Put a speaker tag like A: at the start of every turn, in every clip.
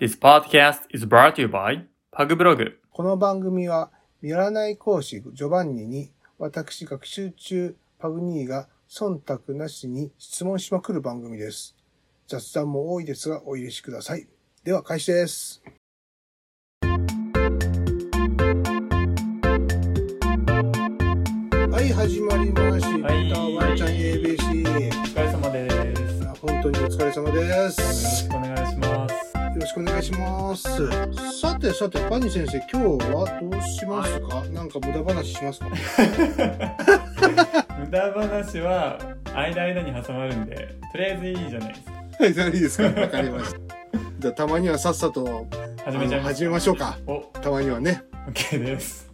A: This podcast is brought to you by パグブログ。
B: この番組は、見占い講師ジョバンニに、私学習中パグニーが忖度なしに質問しまくる番組です。雑談も多いですが、お許しください。では、開始です。はい、始まりました。
A: はい
B: ワンちゃん ABC。
A: お疲れ様です。よ
B: あ本当にお疲れ様です。
A: くお願いします。
B: よろしくお願いします。さてさて、パニー先生、今日はどうしますか、なんか無駄話し ますか
A: 無駄話は、間間に挟まるんで、とりあえずいいじゃないですか。
B: はい、大丈夫ですかわかりました。じゃあ、たまにはさっさと
A: 始めちゃい
B: あ
A: ま
B: の
A: す。
B: 始めましょうか。
A: お、
B: たまにはね。
A: OK です。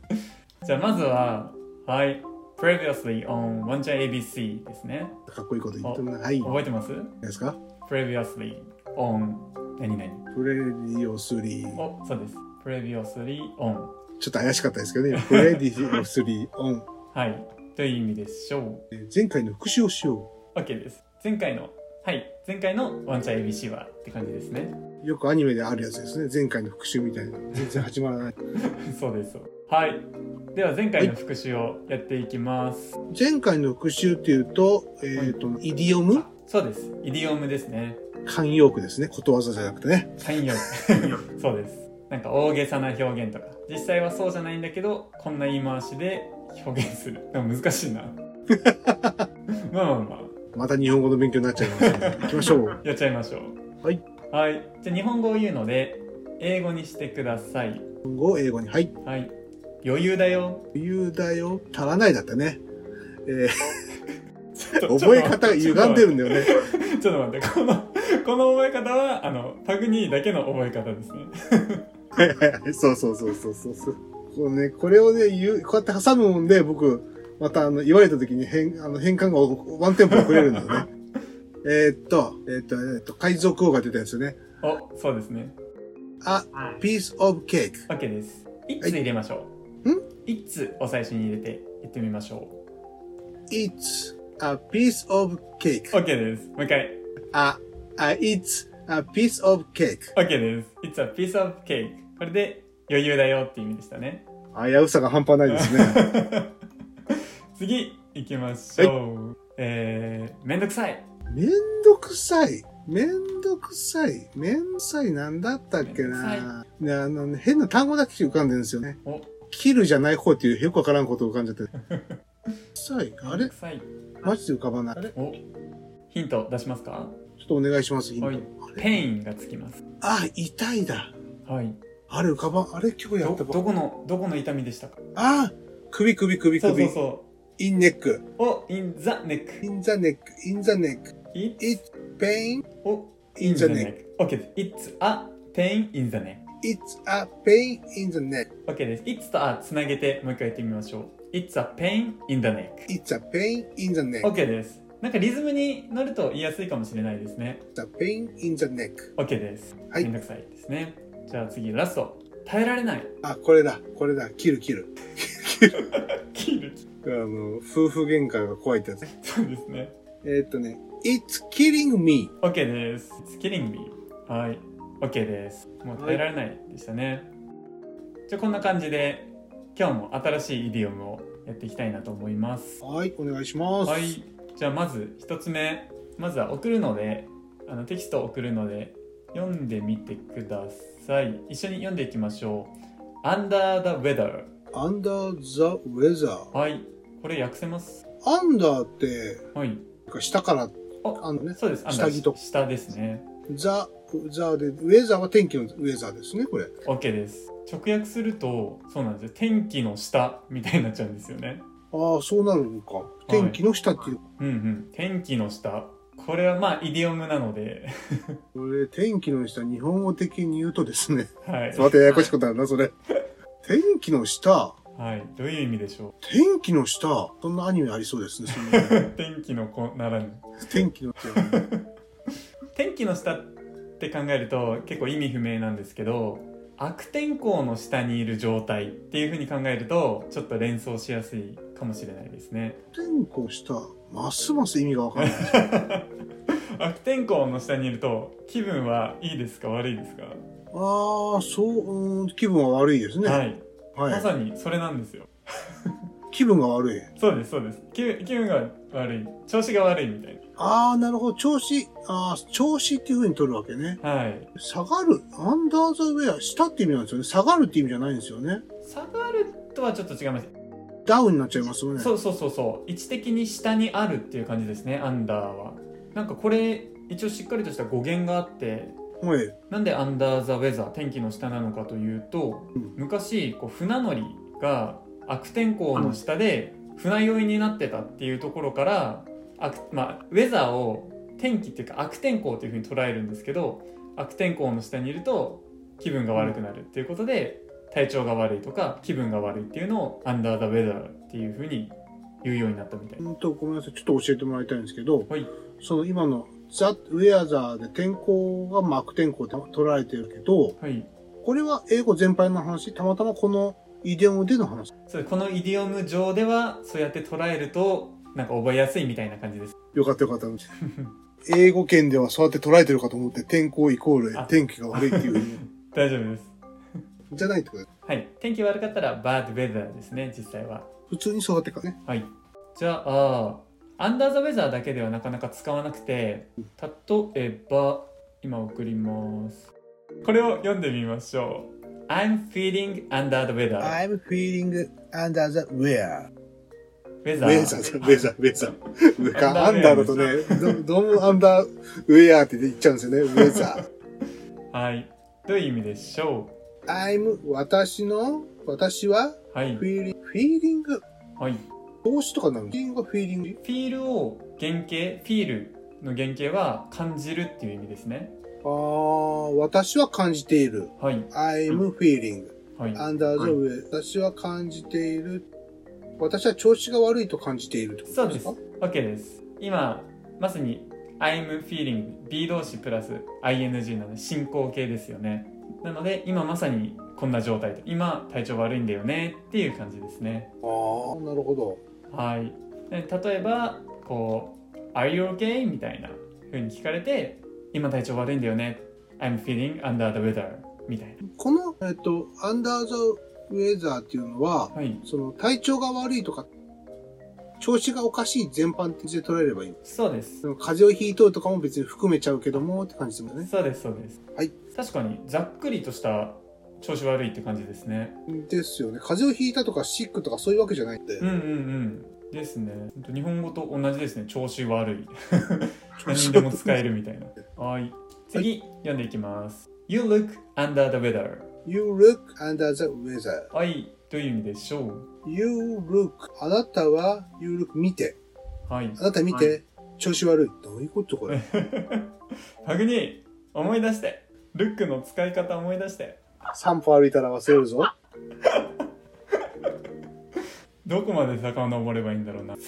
A: じゃあ、まずは、はい。Previously on ワンチャン ABC ですね。
B: かっこいいこと言ってもらはい。いい
A: 覚えてます
B: ですか
A: ?Previously on 何々。
B: プレディオ3。
A: お、そうです。Previously on。
B: ちょっと怪しかったですけどね。プレディオ3オン。
A: はい。という意味でしょう。
B: 前回の復習をしよ
A: OK です前回のはい前回のワンチャン ABC はって感じですね
B: う。よくアニメであるやつですね。前回の復習みたいな。全然始まらない。
A: そうですはいでは前回の復習をやっていきます、
B: 前回の復習っていうと、えっ、と、イディオム
A: そうですイディオムですね
B: 慣用句ですね。ことわざじゃなくてね。
A: 慣用 そうですなんか大げさな表現とか実際はそうじゃないんだけどこんな言い回しで表現するでも難 しいなまあまあまあ
B: また日本語の勉強になっちゃいます、ね。行きましょう。
A: やっちゃいましょう
B: はい、
A: はい、じゃあ日本語を言うので英語にしてください
B: 今後英語に。はい。
A: はい余裕だよ
B: 言うだよ。足らないだったね。え
A: ちょっと
B: ー、覚え方が歪んでるんだよね。
A: ちょっと待って、この、 この覚え方は、あの、パグニーだけの覚え方ですね。
B: はいはいはいそうそうそうそうそうそう。こうね、これをね、言う、こうやって挟むもんで、僕、またあの、言われた時に変、あの、変換がおワンテンポ遅れるんだよね。えーっと、えーっと、えーっと、海賊王が出たやつね。
A: お、そうですね。
B: あ、piece of cake.
A: OK です。いつ入れましょう。
B: はい
A: いつを最初に入れて、言ってみましょ
B: It's a piece of cake.
A: う。OK です。もう一回。
B: あ、あ、it's a piece of cake.
A: OK です。It's a piece of cake. これで、余裕だよって意味でしたね。
B: 危うさが半端ないですね。
A: 次、行きましょう。えー、めんどくさい。
B: めんどくさい。めんどくさい。めんどくさいなんだったっけ
A: めんど
B: な。ね、あの、変な単語だけ浮かんでるんですよね。
A: お、
B: 切るじゃない方っていうよくわからんこと浮かんじゃって る。さい。あ
A: めんど
B: れ
A: くさい。
B: マジで浮かばない。あれちょ
A: お、ヒント出しますか
B: っとお願いします、ヒント。
A: はい
B: あれ
A: ペインがつきます。
B: あ、痛いだ。
A: はい。
B: あれ浮かばん。あれ今日や
A: ど、
B: ったば
A: どこの、どこの痛みでしたか
B: あ、首首首
A: そう
B: 首
A: そう。そう。
B: インネック。
A: お、in the neck.
B: インザネック。インザネック。
A: It,
B: It's pain
A: お、
B: in the neck.
A: OK です。It's a pain in the neck.
B: It's a pain in the neck.
A: OK です。It's と a つなげてもう一回やってみましょう。It's a pain in the neck.
B: It's a pain in the neck.
A: OK です。なんかリズムに乗ると言いやすいかもしれないですね。
B: It's a pain in the neck.
A: OK です。
B: はい
A: めんどくさいですね。じゃあ次、ラスト。耐えられない。
B: あ、これだ。これだ。切る切る。
A: 切る。
B: あの、夫婦喧嘩が怖いってやつ。
A: そうですね。
B: えーっとね、It's killing me.
A: OK です。It's killing me. はい。OK です。もう耐えられないでしたね。じゃあこんな感じで今日も新しいイディオムをやっていきたいなと思います。
B: はい、お願いします。
A: はい。じゃあまず一つ目。まずは送るので、あのテキストを送るので読んでみてください。一緒に読んでいきましょう。Under the weather。
B: Under the weather.
A: はい。これ訳せます。
B: Under って、
A: はい。
B: 下から、
A: あ
B: あのね、
A: そうです。
B: 下着と
A: 下ですね。
B: the, the で、weather は天気の weather ですね、これ。
A: OK です。直訳すると、そうなんですよ。天気の下みたいになっちゃうんですよね。
B: ああ、そうなるのか。天気の下っていう。
A: うんうん。天気の下。これはまあ、イディオムなので。
B: これ、天気の下、日本語的に言うとですね。
A: はい。
B: またややこしくなるな、それ。天気の下、
A: はい。どういう意味でしょ
B: 天気の下、そんなアニメありそうですね、そん な
A: う天気の子ならぬ。
B: 天気の下。
A: 天気の下って考えると結構意味不明なんですけど、悪天候の下にいる状態っていうふうに考えると、ちょっと連想しやすいかもしれないですね。
B: 天候したますます意味がわからない。
A: 悪天候の下にいると、気分はいいですか悪いですか
B: ああ、そう、うん、気分は悪いですね。
A: はい、
B: はい。
A: まさにそれなんですよ
B: 気分が悪い。
A: そうですそうです気気分が悪い調子が悪いみたい
B: ああ、なるほど。調子、ああ、調子っていう風に取るわけね。
A: なはい
B: 下がる、アンダーザウェア、下って意味なんですよね。下がるって意味じゃないんですよね。
A: 下がるとはちょっと違います、
B: ダウンになっちゃいますよね。
A: そうそうそうそう位置的に下にあるっていう感じですねアンダーはなんかこれ一応しっかりとした語源があって
B: はい。
A: なんでアンダー・ザ・ウェザー天気の下なのかというと、
B: うん
A: 昔こう船乗りが悪天候の下で船酔いになってたっていうところから、悪まあ、ウェザーを天気っていうか悪天候というふうに捉えるんですけど悪天候の下にいると気分が悪くなるっていうことで、体調が悪いとか気分が悪いっていうのをアンダー・ザ・ウェザーっていうふうに言うようになったみたいな。
B: うんと、ごめんなさい。ちょっと教えてもらいたいんですけど、
A: はい
B: その今のザ・ウェアザーで天候がまあ悪天候と捉えてるけど、
A: はい
B: これは英語全般の話、たまたまこのイデオムでの話。
A: そうこのイディオム上ではそうやって捉えるとなんか覚えやすいみたいな感じです
B: よかったよかった。英語圏ではそうやって捉えてるかと思って、天候イコール
A: あ
B: 天気が悪いっていう風 に。
A: 大丈夫です
B: じゃないってこと
A: はい天気悪かったら bad weather ですね実際は
B: 普通に育てかね。
A: はいじゃあアンダーザウェザーだけではなかなか使わなくて例えば今送りますこれを読んでみましょう I'm feeling under the weather
B: I'm feeling under the wear.
A: ウェ
B: ウ
A: ザー
B: ェザーだ、ウェザー、ウェザー。上か、
A: ア
B: ア
A: ン
B: ン
A: ダ
B: ダ
A: ー
B: ー
A: ウ
B: だ
A: ェア
B: とね、ど、ど うもアンダーウェアって言っちゃうんですよね、ウェザ
A: はいどういう意味でしょ
B: ー。I'm 私の、私は、
A: うはい
B: feeling, feeling,
A: はい
B: 動詞とかなの ?feeling は feeling?
A: フィールを原型フィールの原型は感じるっていう意味ですね
B: あー、私は感じている。
A: はい
B: I'm feeling,
A: はい
B: under the wear. 私は感じている。私は調子が悪いと感じているってこ
A: そう
B: とで
A: ですす
B: か。
A: OK です。今、まさに I'm feeling B 動詞プラス ing なので進行形ですよね。なので今まさにこんな状態で今体調悪いんだよねっていう感じですね。
B: あー、なるほど。
A: はい。で例えばこう Are you okay? みたいな風に聞かれて今体調悪いんだよね。I'm feeling under the weather みたい
B: この、えっと、under the weather っていうのは、
A: な。はい。
B: その体調が悪いとか、調子がおかしい全般的で捉えればいい。
A: そうです
B: そ。の風邪をひいとるとかも別に含めちゃうけどもって感じですもんね。
A: そうですそうです。
B: はい。
A: 確かにざっくりとした調子悪いって感じですね。
B: ですよね。風邪をひいたとかシックとかそういうわけじゃないんで
A: うん。うんうんですねほんと日本語と同じですね調子悪い何にでも使えるみたいなはい次、読んでいきます You look under the weather
B: You look under the weather.You
A: はいという意味でしょう
B: look. あなたは、You look 見て。
A: はい
B: あなた見て。調子悪い。どういうことこれ。
A: ハグニー思い出してルックの使い方思い出して
B: 散歩歩いたら忘れるぞ。
A: どこまで遡ればいいんだろうな3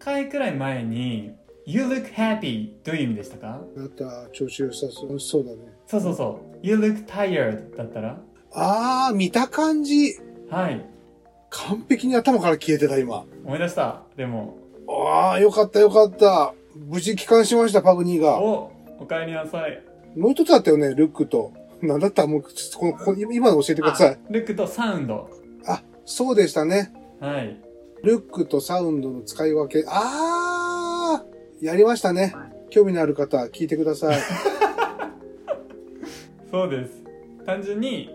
A: 回くらい前に You look happy どういう意味でしたか
B: あなた、調子良さそうそうだね。
A: そうそうそう You look tired だったら
B: あー、見た感じ。
A: はい
B: 完璧に頭から消えてた、今。
A: 思い出したでも
B: ああ、よかったよかった。無事帰還しました、パグニーが。
A: おおかえりなさい
B: もう一つあったよね、ルックと。なんだったもう、ちょっとこの、この今の教えてください。
A: あルックとサウンド
B: あ、そうでしたね。
A: はい
B: ルックとサウンドの使い分け。ああやりましたね。興味のある方、聞いてください。
A: そうです単純に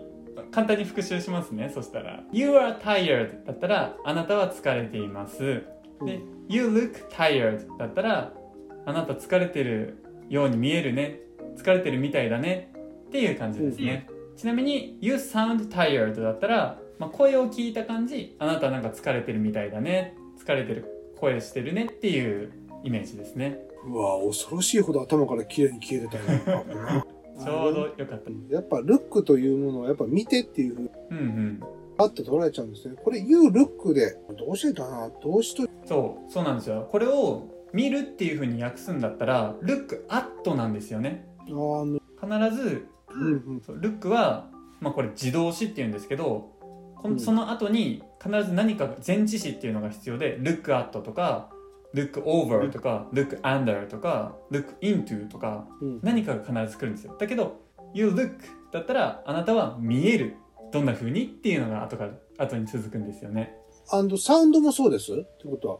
A: 簡単に復習しますねそしたら「You are tired」だったら「あなたは疲れています」
B: う
A: で
B: ん
A: 「You look tired」だったら「あなた疲れてるように見えるね疲れてるみたいだね」っていう感じですね、ちなみに「You sound tired」だったら、まあ、声を聞いた感じ「あなたなんか疲れてるみたいだね疲れてる声してるね」っていうイメージですね
B: うわ恐ろしいほど頭から綺麗に消えてたよ。
A: ちょうどよかった
B: うんやっぱ、ルックというものをやっぱ見てっていうふうに、
A: うんうん
B: あって捉えちゃうんですね。これ、You Look で、どうしてたな、どうしと、
A: そうそうなんですよこれを見るっていう風に訳すんだったら「ルックアット」なんですよね
B: あーあの、
A: 必ず
B: うんうん。
A: そうルックは、まあ、これ自動詞っていうんですけどこ
B: うん
A: のその後に必ず何か前置詞っていうのが必要で「ルックアット」とか「ルックオーバー」とか「ルックアンダー」とか「ルックイントゥ」とか
B: うん
A: 何かが必ず来るんですよだけど You look だったらあなたは見えるどんな風にっていうのが後から後に続くんですよね
B: アンドサウンドもそうですってことは。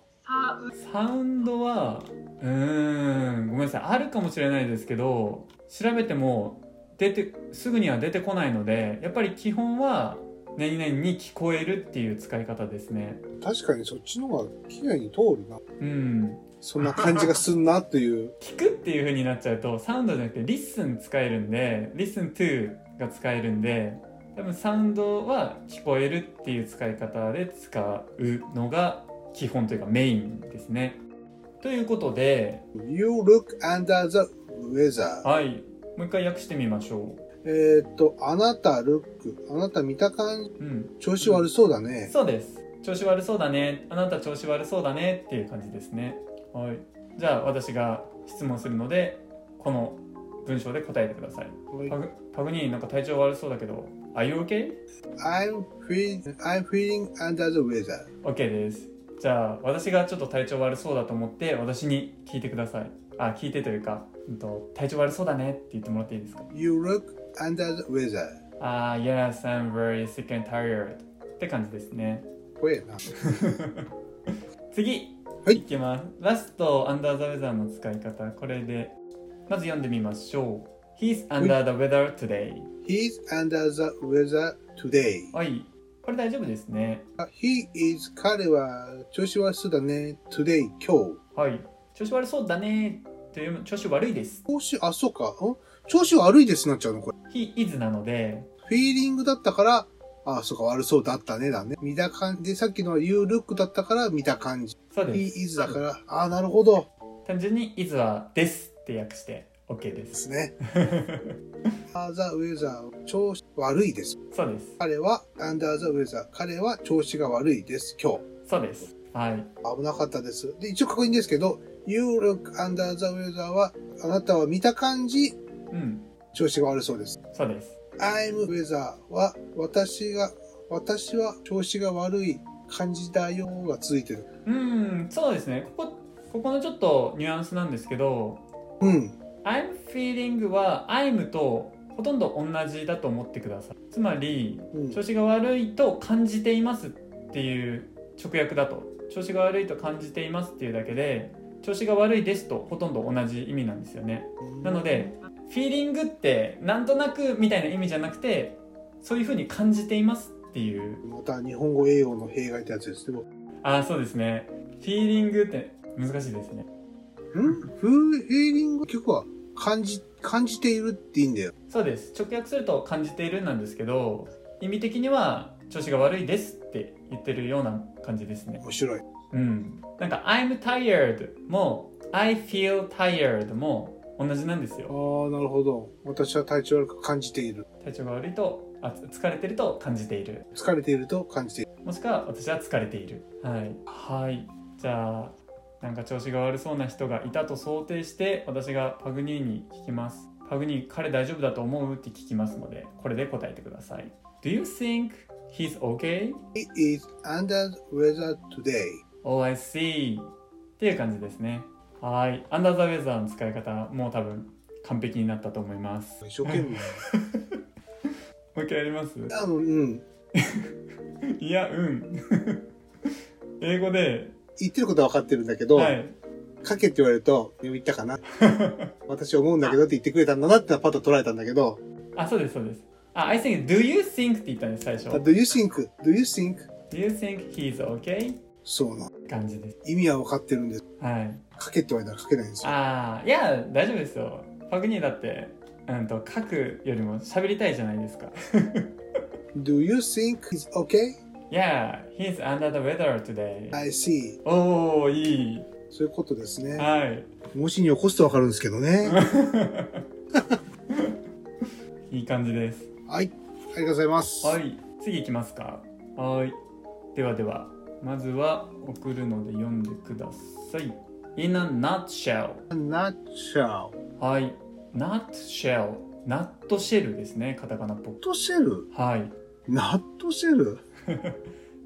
C: サウ
A: サウンドはうーんごめんなさいあるかもしれないですけど調べても出てすぐには出てこないのでやっぱり基本は何々に聞こえるっていう使い方ですね
B: 確かにそっちの方が綺麗に通るな。
A: うん
B: そんな感じがすんなっていう。
A: 聞くっていう風になっちゃうとサウンドじゃなくてリッスン使えるんでリッスン to が使えるんで多分サウンドは聞こえるっていう使い方で使うのが基本というかメインですね。ということで
B: You look under the weather.
A: はいもう一回訳してみましょ
B: えーっと、あなた look. あなた見た感じ。
A: う。うん、
B: 調子悪そうだね。
A: そうです。調子悪そうだね。あなた調子悪そうだねっていう感じですね。はい。じゃあ私が質問するのでこの文章で答えてください。パグパグニーなんか体調悪そうだけど Are you okay?
B: I'm feeling, I'm feeling under the weather.
A: OK ですじゃあ私がちょっと体調悪そうだと思って私に聞いてくださいあ聞いてというか、うんと、体調悪そうだねって言ってもらっていいですか
B: You look under the weather.
A: あ、h yes I'm very sick and tired って感じですね
B: 怖えな。
A: 次、
B: はい
A: きますラスト Under the weather の使い方これでまず読んでみましょう He's under the weather today
B: He's under the weather today.
A: はいこれ大丈夫ですね
B: He is 彼は調子悪そうだね。today 今日。
A: はい調子悪そうだねという調子悪いです
B: 調子、あ、そうか。ん調子悪いですなっちゃうのこれ。
A: He is なので
B: フィーリングだったから、あ、そうか悪そうだったねだね。見た感じ。で、さっきの You look だったから見た感じ。
A: そうです
B: He is だから、あ、なるほど。
A: 単純に「いずはです」って訳して OK で
B: ですすね。Under the weather 調子悪いです。
A: そうです
B: 彼は Under the weather 彼は調子が悪いです。今日。
A: そうですはい
B: 危なかったです。で、一応確認ですけど、You look under the weather は、あなたは見た感じ、
A: うん
B: 調子が悪そうです。
A: そうです
B: I'm weather は、私が、私は調子が悪い感じだよがついてる。
A: うーんそうですねここここのちょっとニュアンスなんですけど
B: うん。
A: 「I'm feeling」は「I'm」とほとんど同じだと思ってくださいつまり
B: うん
A: 調子が悪いと感じていますっていう直訳だと調子が悪いと感じていますっていうだけで調子が悪いですとほとんど同じ意味なんですよねなのでフィーリングってなんとなくみたいな意味じゃなくてそういう風に感じていますっていう
B: また日本語英語の弊害ってやつですけど、ん
A: ああそうですねフィーリングって難しいですね
B: フーフィーリング結構は感じ、感じているっていいんだよ。
A: そうです直訳すると感じているなんですけど意味的には調子が悪いですって言ってるような感じですね
B: 面白い。
A: うんなんか I'm tired も I feel tired も同じなんです
B: ああ
A: よ
B: ー、なるほど。私は体調悪く感じている。
A: 体調が悪いとあ疲れてると感じている
B: 疲れていると感じている。
A: もしくは私は疲れている。はい。はい。じゃあ、なんか調子が悪そうな人がいたと想定して、私がパグニーに聞きます。パグニー、彼大丈夫だと思うって聞きますので、これで答えてください。Do you think he's okay?
B: He is under the weather today.
A: Oh, I see. っていう感じですね。はい。アンダーザウェザーの使い方、もう多分完璧になったと思います。
B: 一生懸命。
A: もう一回やります
B: あの、うん。
A: いや、うん。 英語で、
B: 言ってることは分かってるんだけど、
A: はい。
B: 書けって言われると、言っ たかな私思うんだけどって言ってくれたんだなってのはパッと捉えたんだけど、
A: あ、そうです、そうです。あ、I think, do you think って言ったんです、最初。
B: Do you think? Do you think?
A: Do you think he's okay?
B: そうな。
A: 感じです。
B: 意味は分かってるんです。
A: はい。
B: 書けって言われたら書けないんですよ。
A: ああ、いや、大丈夫ですよ。パグニーだって、うんと、書くよりも喋りたいじゃないですか。
B: Do you think is okay?
A: yeah, he's under the weather today.
B: I see.
A: おー、いい。
B: そういうことですね。
A: はい。
B: 文字に起こすと分かるんですけどね。
A: いい感じです。
B: はい。ありがとうございます。
A: はい。次行きますか。はい。ではでは、まずは送るので読んでください。In a nutshell.
B: ナッシャー。
A: はい。nutshell。ナットシェルですね。カタカナっぽく。
B: ナットシェル
A: はい。
B: ナットシェル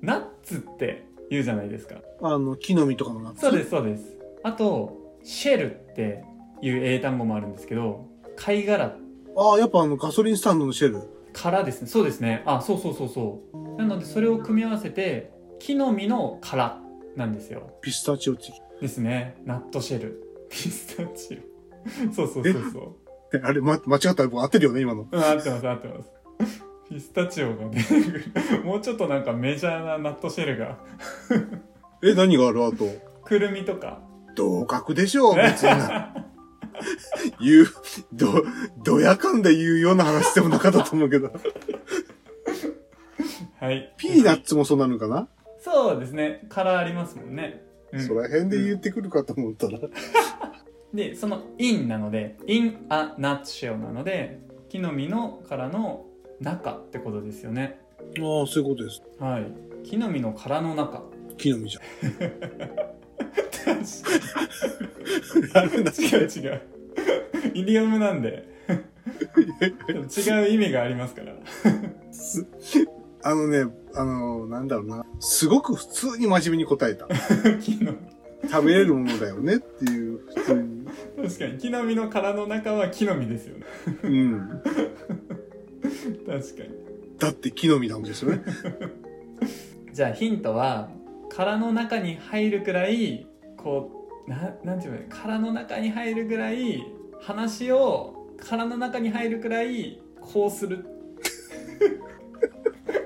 A: ナッツって言うじゃないですか
B: あの、木の実とかのナッツ。
A: そうですそうですあとシェルっていう英単語もあるんですけど貝殻っ
B: ああ、やっぱあのガソリンスタンドのシェル。
A: 殻ですねそうですねあそうそうそうそうなのでそれを組み合わせて木の実の殻なんですよ
B: ピスタチオチキ
A: ですねナットシェルピスタチオそうそうそうそう
B: ン。あれ、ま、間違ったら僕当てるよね、今の。
A: うん合ってます合ってますピスタチオが出てくる もうちょっとなんかメジャーなナットシェルが
B: え、何がある あと。
A: くるみとか
B: 同格で しょう、別にな。言う、ど、どやかんで言うような話でもなかったと思うけ ど。
A: はい
B: ピーナッツもそうなのかな、
A: そうですね殻ありますもんね、うん
B: そら辺で言ってくるかと思ったら。
A: でその「in」なので「in a nutshell」なので木の実の殻の中ってことですよね
B: ああ、そういうことです。
A: はい木の実の殻の中
B: 木の実じゃん。
A: あれ違う違うイディオムなんで違う意味がありますから
B: あのね、あの、なんだろうな。すごく普通に真面目に答えた。
A: 木の
B: 食べれるものだよねっていう、普通に。
A: 確かに木の実の殻の中は木の実ですよね
B: うん。
A: 確かに
B: だって木の実なんですよね。
A: じゃあヒントは殻の中に入るくらいこうななんていうの殻の中に入るくらい話を殻の中に入るくらいこうする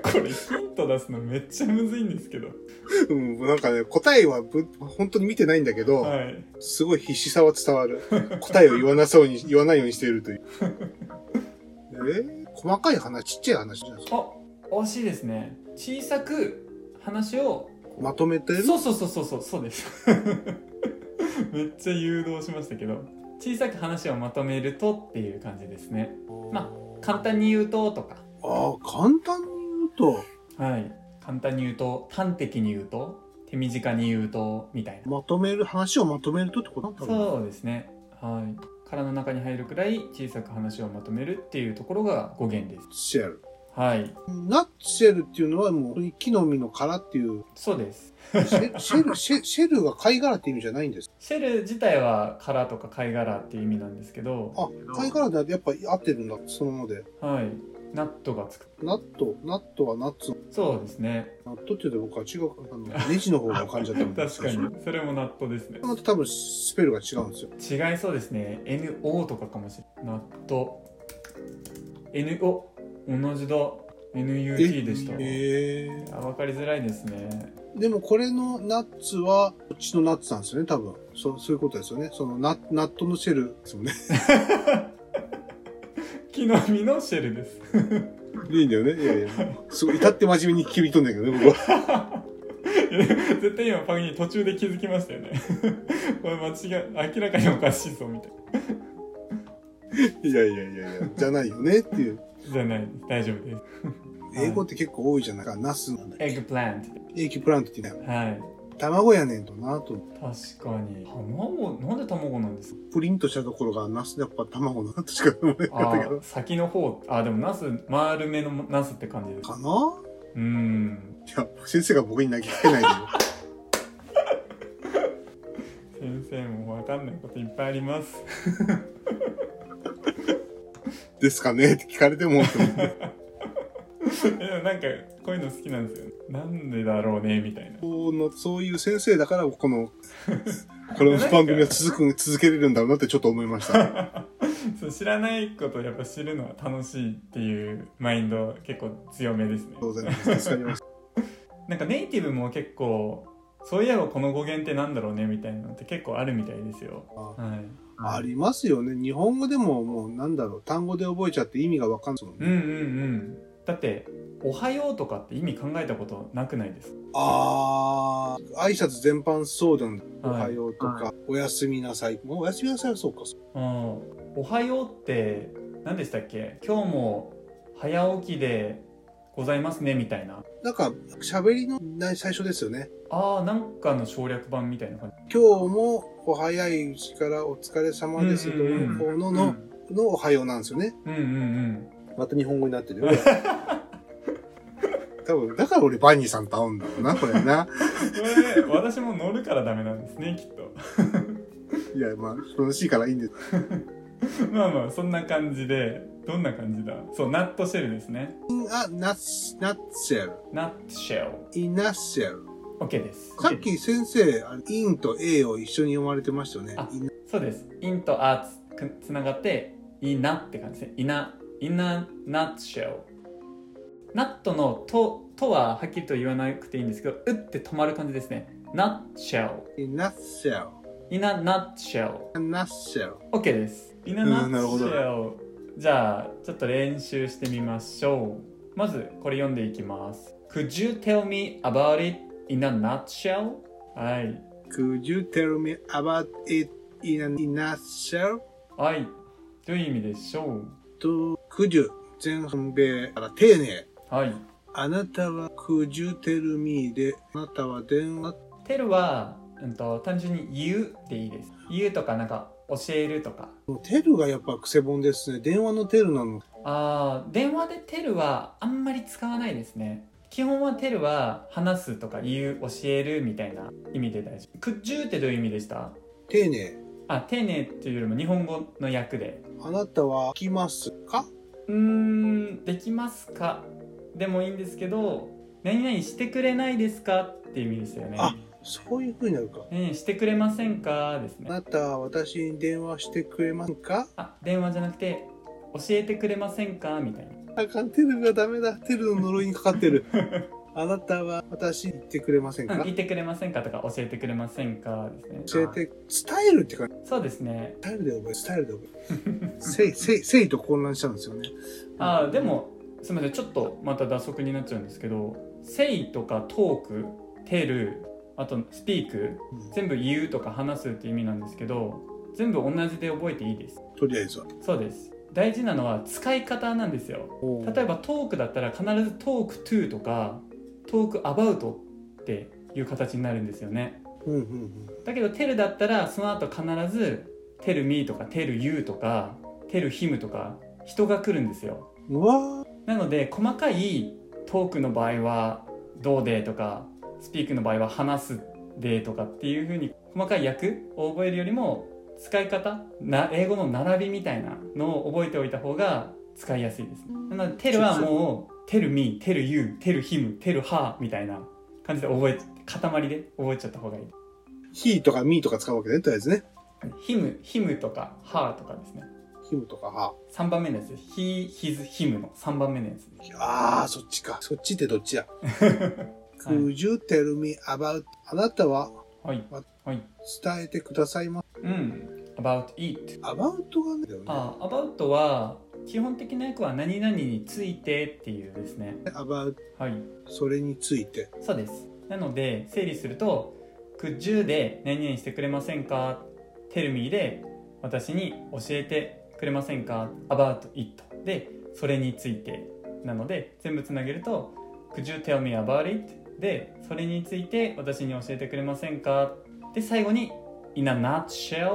A: これヒント出すのめっちゃむずいんですけど
B: うん、なんかね、答えはぶ本当に見てないんだけど、
A: はい
B: すごい必死さは伝わる。答えを言わなそうに、 言わないようにしてい るという。えー細かい話、ちっちゃい話じゃないですか。
A: あ惜しいですね小さく話を
B: まとめてる
A: そうそうそうそうそうそうです めっちゃ誘導しましたけど小さく話をまとめるとっていう感じですねま簡単に言うととか
B: ああ、簡単に言うと、
A: はい簡単に言うと端的に言うと手短に言うとみたいな
B: まとめる、話をまとめるとってことなんだろうな
A: そうですねはい殻の中に入るくらい小さく話をまとめるっていうところが語源です
B: シェル。
A: はい
B: ナッツシェルっていうのはもう、木の実の殻っていう、
A: そうです
B: シェシェル、 シェシェルが貝殻っていう意味じゃないんです。
A: シェル自体は殻とか貝殻っていう意味なんですけど
B: あ、貝殻でやっぱ合ってるんだ、そのもので。
A: はいナットがつく
B: ナット、ナットはナッツの
A: そうですね
B: 納豆って言うと僕は違う、あの、ネジの方が感じちゃったもん
A: 確 かにそれもナットですね
B: あと多分スペルが違うんですよ。
A: 違いそうですね NO とかかもしれない納豆 NO 同じだ NUT でした
B: え
A: あ分かりづらいですね
B: ーでもこれのナッツは、こっちのナッツなんですよね、多分。そう、そういうことですよね。そのナ、ナットのシェルですもんね。
A: 木の実のシェルです
B: いいんだよね。いやいや。すごい、至って真面目に切り取んだけどね、僕は。
A: 絶対今パグニー途中で気づきましたよね これ間違い明らかにおかしいぞみたい
B: いやいやいやいや、じゃないよねっていう。
A: なじゃないです大丈夫です
B: 英語って結構多いじゃないか。ナスなんだっけ
A: エッグプラント
B: エイキプラントって言うんだよ。
A: はい
B: 卵やねんとなと。
A: 確かに卵なんで卵なんですか
B: プリンとしたところがナスでやっぱ卵なとしか思えなか
A: あ
B: ったけど
A: ー。先の方あーでもナス丸めのナスって感じです
B: かな
A: うん
B: いや、先生が僕に投げかけないでよ。
A: 先生も分かんないこといっぱいあります
B: ですかねって聞かれてもって思って
A: でもなんかこういうの好きなんですよなんでだろうねみたいな
B: このそういう先生だからこ のこの番組は続く続けれるんだろうなってちょっと思いました。
A: そう知らないことをやっぱ知るのは楽しいっていうマインド結構強めですね
B: 当然です。助かります。
A: なんかネイティブも結構そういえばこの語源ってなんだろうねみたいなのって結構あるみたいですよ
B: あ
A: はい
B: ありますよね。日本語でももうなんだろう単語で覚えちゃって意味がわかんないです
A: う
B: もんね。
A: んうんうんだって「おはよう」とかって意味考えたことなくないです
B: ああ挨拶全般そうだんだ。おは
A: う
B: ようとか、おやすみなさい。もうおやすみなさいはそうか。
A: うんおはようって何でしたっけ今日も早起きでございますねみたいな
B: なんか喋りのない最初ですよね。
A: あーなんかの省略版みたいな感
B: 今日もお早いうちからお疲れ様ですという
A: うんうん
B: この
A: じ
B: ののおはようなんですよね。
A: うんうんうん
B: また日本語になってるよ。 多分、だから俺バニーさんと会うんだろうな、これな。
A: これ私も乗るからダメなんですねきっと
B: いや、まあ、楽しいからいいんです。
A: まあまあそんな感じでどんな感じだそう、ナットシェルですね。
B: あ、ナッシ、ナッシェル。
A: ナットシェル。
B: イナッシェル。
A: OK です。
B: さっき先生、あれインと A を一緒に読まれてましたよね。
A: あ
B: イナ
A: そうです。インとアーツくつながって、イナって感じですね。イナ、イナ、ナットシェル。ナットのと、とははっきりと言わなくていいんですけど、うって止まる感じですね。ナットシェル。
B: イナッシェル。
A: イナ、ナットシェル。
B: イナッシェル。
A: OK です。イナ
B: うん
A: ナ
B: なる
A: ッ
B: ほ
A: シ
B: ど
A: ェル。じゃあ、ちょっと練習してみましょう。まず、これ読んでいきます。Could you tell me about it in a nutshell? はい。
B: Could you tell me about it in a nutshell?
A: はい。どういう意味でしょう
B: と、could you 前半米から丁寧。
A: はい。
B: あなたは could you tell me で、あなたは電話。
A: テルは、うんと、単純に言うでいいです。言うとか、なんか、教えるとか。
B: テルがやっぱクセボンですね。電話のテルなの。
A: あー電話でテルはあんまり使わないですね基本はテルは話すとか言う教えるみたいな意味で大丈夫クッジューってどういう意味でした
B: 丁寧。
A: あ丁寧っていうよりも日本語の訳で
B: あなたは来ますか
A: うーんできますかでもいいんですけど何々してくれないですかっていう意味ですよね
B: あそういう風になるか。
A: 何々してくれませんかです
B: あ
A: ね
B: なたは私に電話してくれますか
A: あ電話じゃなくて教えてくれませんかみたいな
B: あかん、テルがダメだ。テルの呪いにかか ってる。あなたは私に言ってくれません
A: うん
B: か
A: 言ってくれませんかとか教えてくれませんかです
B: 教
A: ね
B: えて、伝えるって感じ。
A: そうですね
B: 伝えるで覚える、伝えるで 覚える。せい、せい、せいと混乱したんですよね。
A: あーでもすみませんちょっとまた脱足になっちゃうんですけど「say」とか「トーク」「tell」あと「speak」
B: うん、
A: 全部「言う」とか「話す」っていう意味なんですけど全部同じで覚えていいです
B: とりあえずは。
A: そうです大事なのは使い方なんですよ例えばトークだったら必ず「トーク to」とか「トーク about」っていう形になるんですよね
B: うんうんうん。
A: だけど「tell」だったらその後必ず「tell me」とか「tell you」とか「tell him」とか人が来るんですよ
B: うわ
A: なので細かいトークの場合は「どうで」とかスピークの場合は「話すで」とかっていうふうに細かい訳を覚えるよりも使い方な英語の並びみたいなのを覚えておいた方が使いやすいですなので「テル」はもう「テル me」「テル you」「テル him」「テル her」みたいな感じで覚え塊で覚えちゃった方がいい
B: ー。he とか me とか使うわけね、とりあえずね。
A: 「him」「him」とか「her」とかですね
B: him とか her。
A: 3番目のやつ「he」「his」「him」の3番目のやつ
B: ああ、そっちか。そっちってどっちや。
A: はい
B: Could you tell me about あなたは
A: はいはい
B: 伝えてくださいま
A: うん「about it」
B: about がねだよね。
A: あ、アバウトは基本的な役は何々についてっていうですね。
B: about
A: はい、
B: それについて。
A: そうです。なので整理すると、could you で何々してくれませんか、tell me で私に教えてくれませんか、about it でそれについてなので全部つなげると、could you tell me about it でそれについて私に教えてくれませんかで最後に in a nutshell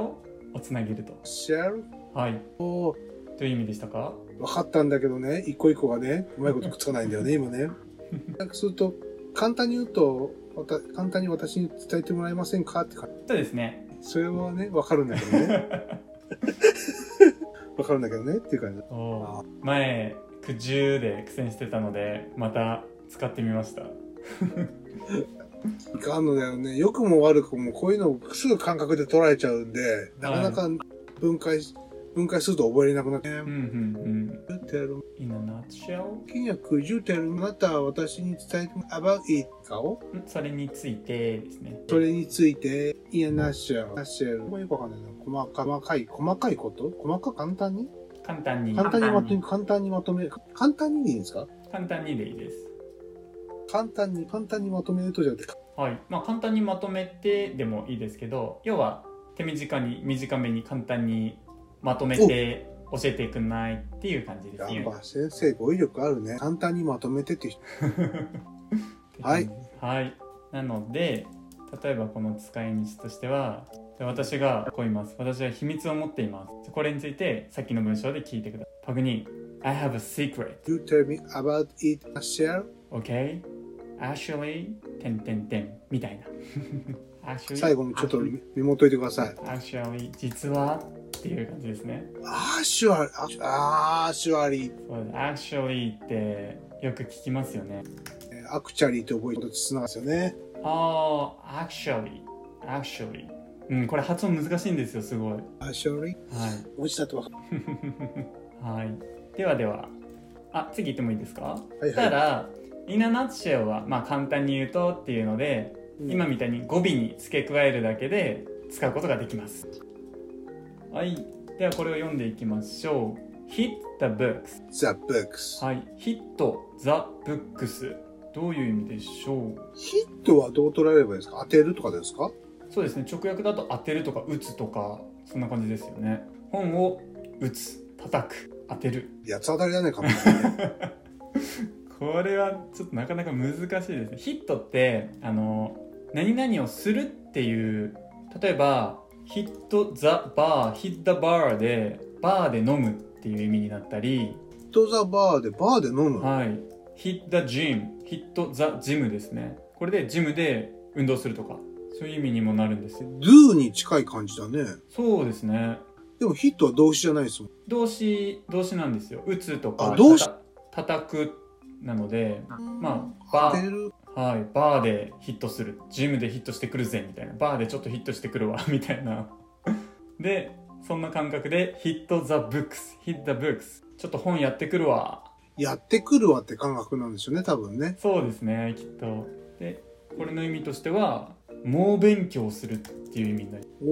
A: をつなげると。
B: share?
A: はい、
B: おー
A: どういう意味でしたか？
B: 分かったんだけどね、一個一個がね、うまいことくっつかないん だよね、今ね。そうすると、簡単に言うと、わた簡単に私に伝えてもらえませんかって感
A: そうですね。
B: じ。それはね、わかるんだけどね。 わかるんだけどね、っていう感じ。
A: おー前苦渋で苦戦してたのでまた使ってみました
B: いかんのだよね。良くも悪くも、こういうのをすぐ感覚で捉えちゃうんで、なかなか分解し、分解すると覚えれなくなって。
A: うんうん
B: 言ってやる
A: うん In a nutshell?
B: 時には苦渋ってやるあなたは私に伝えてもらえばいいかを
A: んそれについてですね
B: それについて、いや、ナッシャー、ナッシャー、もうよくわかんないな。細か細かい、細かいこと細か、簡単に
A: 簡単に
B: 簡単にまとめ、
C: に
B: 簡単にまとめ、簡単にでいいんですか
A: 簡単にでいいです
B: 簡単に、簡単にまとめるとじゃなくて、
A: はいまあ簡単にまとめてでもいいですけど要は手短に短めに簡単にまとめて教えてくんないっていう感じです
B: やっ
A: ね
B: ぱ先生語彙力あるね。簡単にまとめてって人。はい。
A: はい。なので、例えばこの使い道としては、で私がこう言います。私は秘密を持っています。これについて、さっきの文章で聞いてください。パグニー、I have a secret,
B: You tell me about it, ナッシャー。
A: okay? Actually, てんてんてん、みたいな。
B: 最
A: actually,
B: 後にちょっと見見守っといてください。
A: actually, 実は、っていう感じですね。
B: アーシュアリ、あアーシュアリ、
A: そうです actually ってよく聞きますよね。
B: アクチャリーって覚えるとつながるんですよね。
A: ああ、actually, actually。うん、これ発音難しいんですよ、すごい。は
B: アーシュアリ
A: い。
B: 落ちたとわかる。
A: はい。ではでは。あ、次行ってもいいですか
B: はいはい
A: たら、イナナッシェルは、まあ簡単に言うとっていうので、今みたいに語尾に付け加えるだけで使うことができます。はい。ではこれを読んでいきましょう。hit the books。
B: ザ・ブックス。
A: はい。hit the books。どういう意味でしょう
B: ヒットはどう捉えればいいですか当てるとかですか
A: そうですね直訳だと当てるとか打つとかそんな感じですよね本を打つ叩く当てる
B: 八つ当たりだね、完璧にね
A: これはちょっとなかなか難しいですねヒットってあの何々をするっていう例えばヒットザバーヒットバーでバーで飲むっていう意味になったり
B: ヒット・ザ・バーで、バーで飲むの。
A: はいヒットジムヒットザジムですねこれでジムで運動するとかそういう意味にもなるんですよ
B: ドゥに近い感じだね。
A: そうですね
B: でもヒットは動詞じゃないですもん。
A: 動詞動詞なんですよ打つとか
B: あ動詞
A: たた叩くなのでまあバ
B: 当て
A: ー
B: る
A: はいバーでヒットするジムでヒットしてくるぜみたいなバーでちょっとヒットしてくるわみたいな でそんな感覚でヒットザブックスヒットザブックスちょっと本やってくるわ
B: やってくるわって感覚なんですよね、多分ね。
A: そうですねきっとでこれの意味としては猛勉強するっていう意味になり
B: お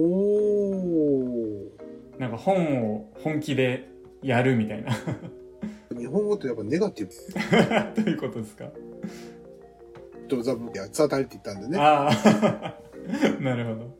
B: ー。
A: なんか本を本気でやるみたいな
B: 日本語ってやっぱネガティブ。ヒ
A: どういうことですか
B: ット・ザ・ブック、八つ当たりって言ったんでね。
A: ああ なるほど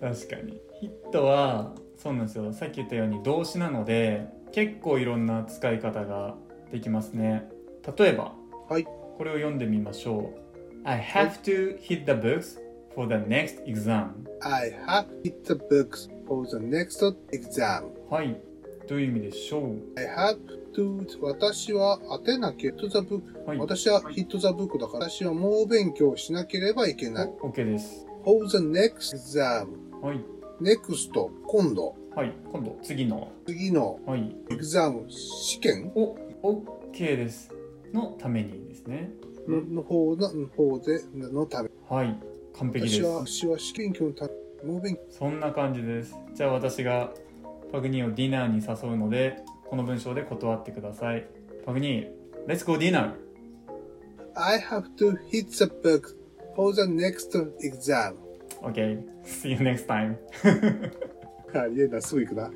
A: 確かにヒットはそうなんですよさっき言ったように動詞なので結構いろんな使い方ができますね例えば、
B: はい
A: これを読んでみましょう I have to hit the books for the next exam
B: I have hit the books for the next exam.
A: はいどういう意味でしょう
B: I have to 私は当てなきゃ hit the book
A: はい
B: 私はヒットザブックだから私は猛勉強しなければいけない。
A: お OK です
B: for the next exam
A: はい
B: next 今度
A: はい今度次の
B: 次の
A: はい
B: exam 試験
A: お OK ですのためにですね
B: のの方のの方でのため
A: はい完璧です
B: 私は私は試験教のため猛勉強
A: そんな感じですじゃあ私がパグニーをディナーに誘うのでこの文章で断ってくださいパグニー Let's go dinner
B: I have to hit the book for the next exam
A: OK see you next time
B: ありえないすぐ行く な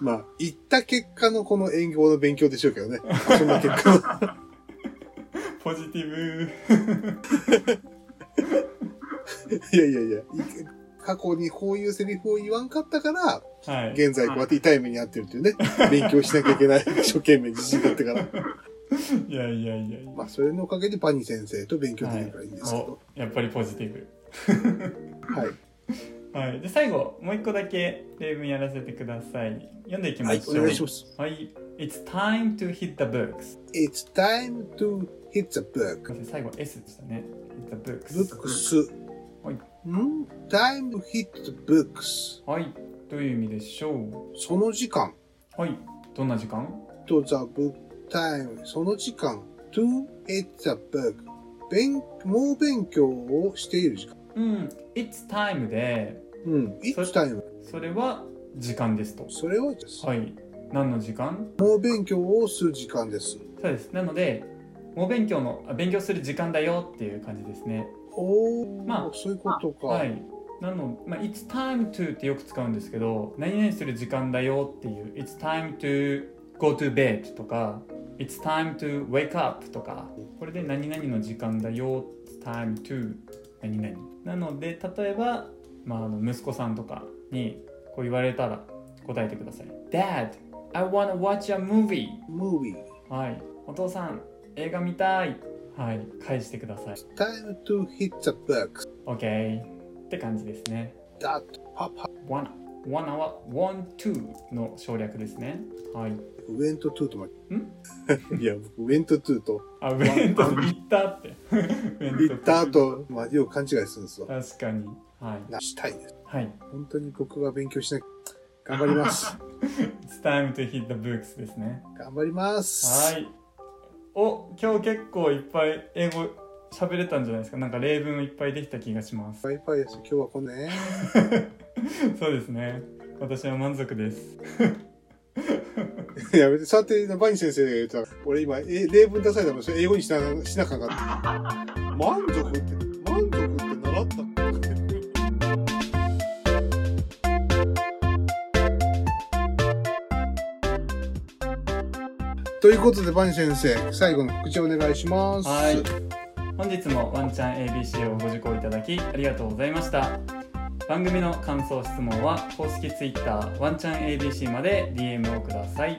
B: まあ行った結果のこの演語の勉強でしょうけどねそんな結果の
A: ポジティブ
B: いやいやいや、い過去にこういうセリフを言わんかったから、
A: はい
B: 現在こうやって痛い目に遭ってるっていうね、勉強しなきゃいけない、一生懸命自信になってから。
A: いやいやいやいや、
B: まあ、それのおかげでバニー先生と勉強でき
A: は
B: るからいいんですけど。
A: おやっぱりポジティブ
B: はい。
A: はいで最後もう一個だけ例文やらせてください読んでいきま
B: は
A: し
B: い、
A: ょう
B: お願いします。
A: はい It's time to hit the books
B: It's time to hit the book.
A: 最後 S でしたね Hit the books
B: Books.
A: はい
B: ん ?Time to hit the books.
A: はいどういう意味でしょう
B: その時間。
A: はいどんな時間
B: to the book time. その時間。to hit the book. 勉、猛勉強をしている時間。
A: うん「It's time で」
B: うん。it's time.
A: それは時間ですと
B: それはです。
A: はい何の時間
B: 猛勉強をする時間です。
A: そうですなのでもう勉強のあ勉強する時間だよっていう感じですね
B: おお、
A: まあ
B: そういうことか。
A: はいなのまあ「It's time to」ってよく使うんですけど何々する時間だよっていう「It's time to go to bed」とか「It's time to wake up」とかこれで何々の時間だよ「It's time to」何々なので例えば、まあ、あの息子さんとかにこう言われたら答えてください「Dad I wanna watch a movie
B: ムービー。」
A: はいお父さん映画見たいはい返してください
B: Time to hit the books.
A: OK って感じですね
B: That papa
A: wanna wanna は want to の省略ですねはい
B: went to とま で。いや、僕、went to と、
A: あウェント行ったって ウェント
B: 行った後、まあ、よく勘違いするんですわ。
A: 確かにはい
B: なしたいです。
A: はい。
B: 本当に僕は勉強しなきゃ。頑張り ます。
A: It's time to hit the books ですね。
B: 頑張ります。
A: はい。お、今日結構いっぱい英語喋れたんじゃないですか。なんか例文いっぱいできた気がします。
B: い。Wi-Fi です。今日はこんなね。
A: そうですね。私は満足です。
B: やめて、さて、バイン先生が言ったら、俺今、え例文出されたの、それ英語にしな、しなかった。満足って、満足って習った。ということで、バイン先生、最後の告知をお願いします。
A: はい。本日もワンチャン ABC をご受講いただきありがとうございました。番組の感想質問は公式 Twitter ワンチャン ABC まで DM をください。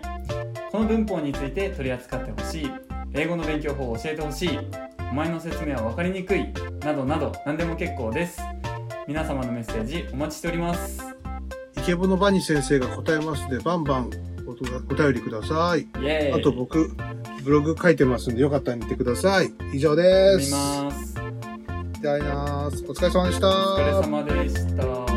A: この文法について取り扱ってほしい、英語の勉強法を教えてほしい、お前の説明は分かりにくいなどなど何でも結構です。皆様のメッセージお待ちしております。
B: イケボのバニー先生が答えますので、バンバンおとお便りください。
A: イエーイ。
B: あと僕、ブログ書いてますんで、よかったら見てください。以上で
A: 見
B: す。
A: ます。
B: じゃあなーす。お疲れ様でした。
A: お疲れ様でした。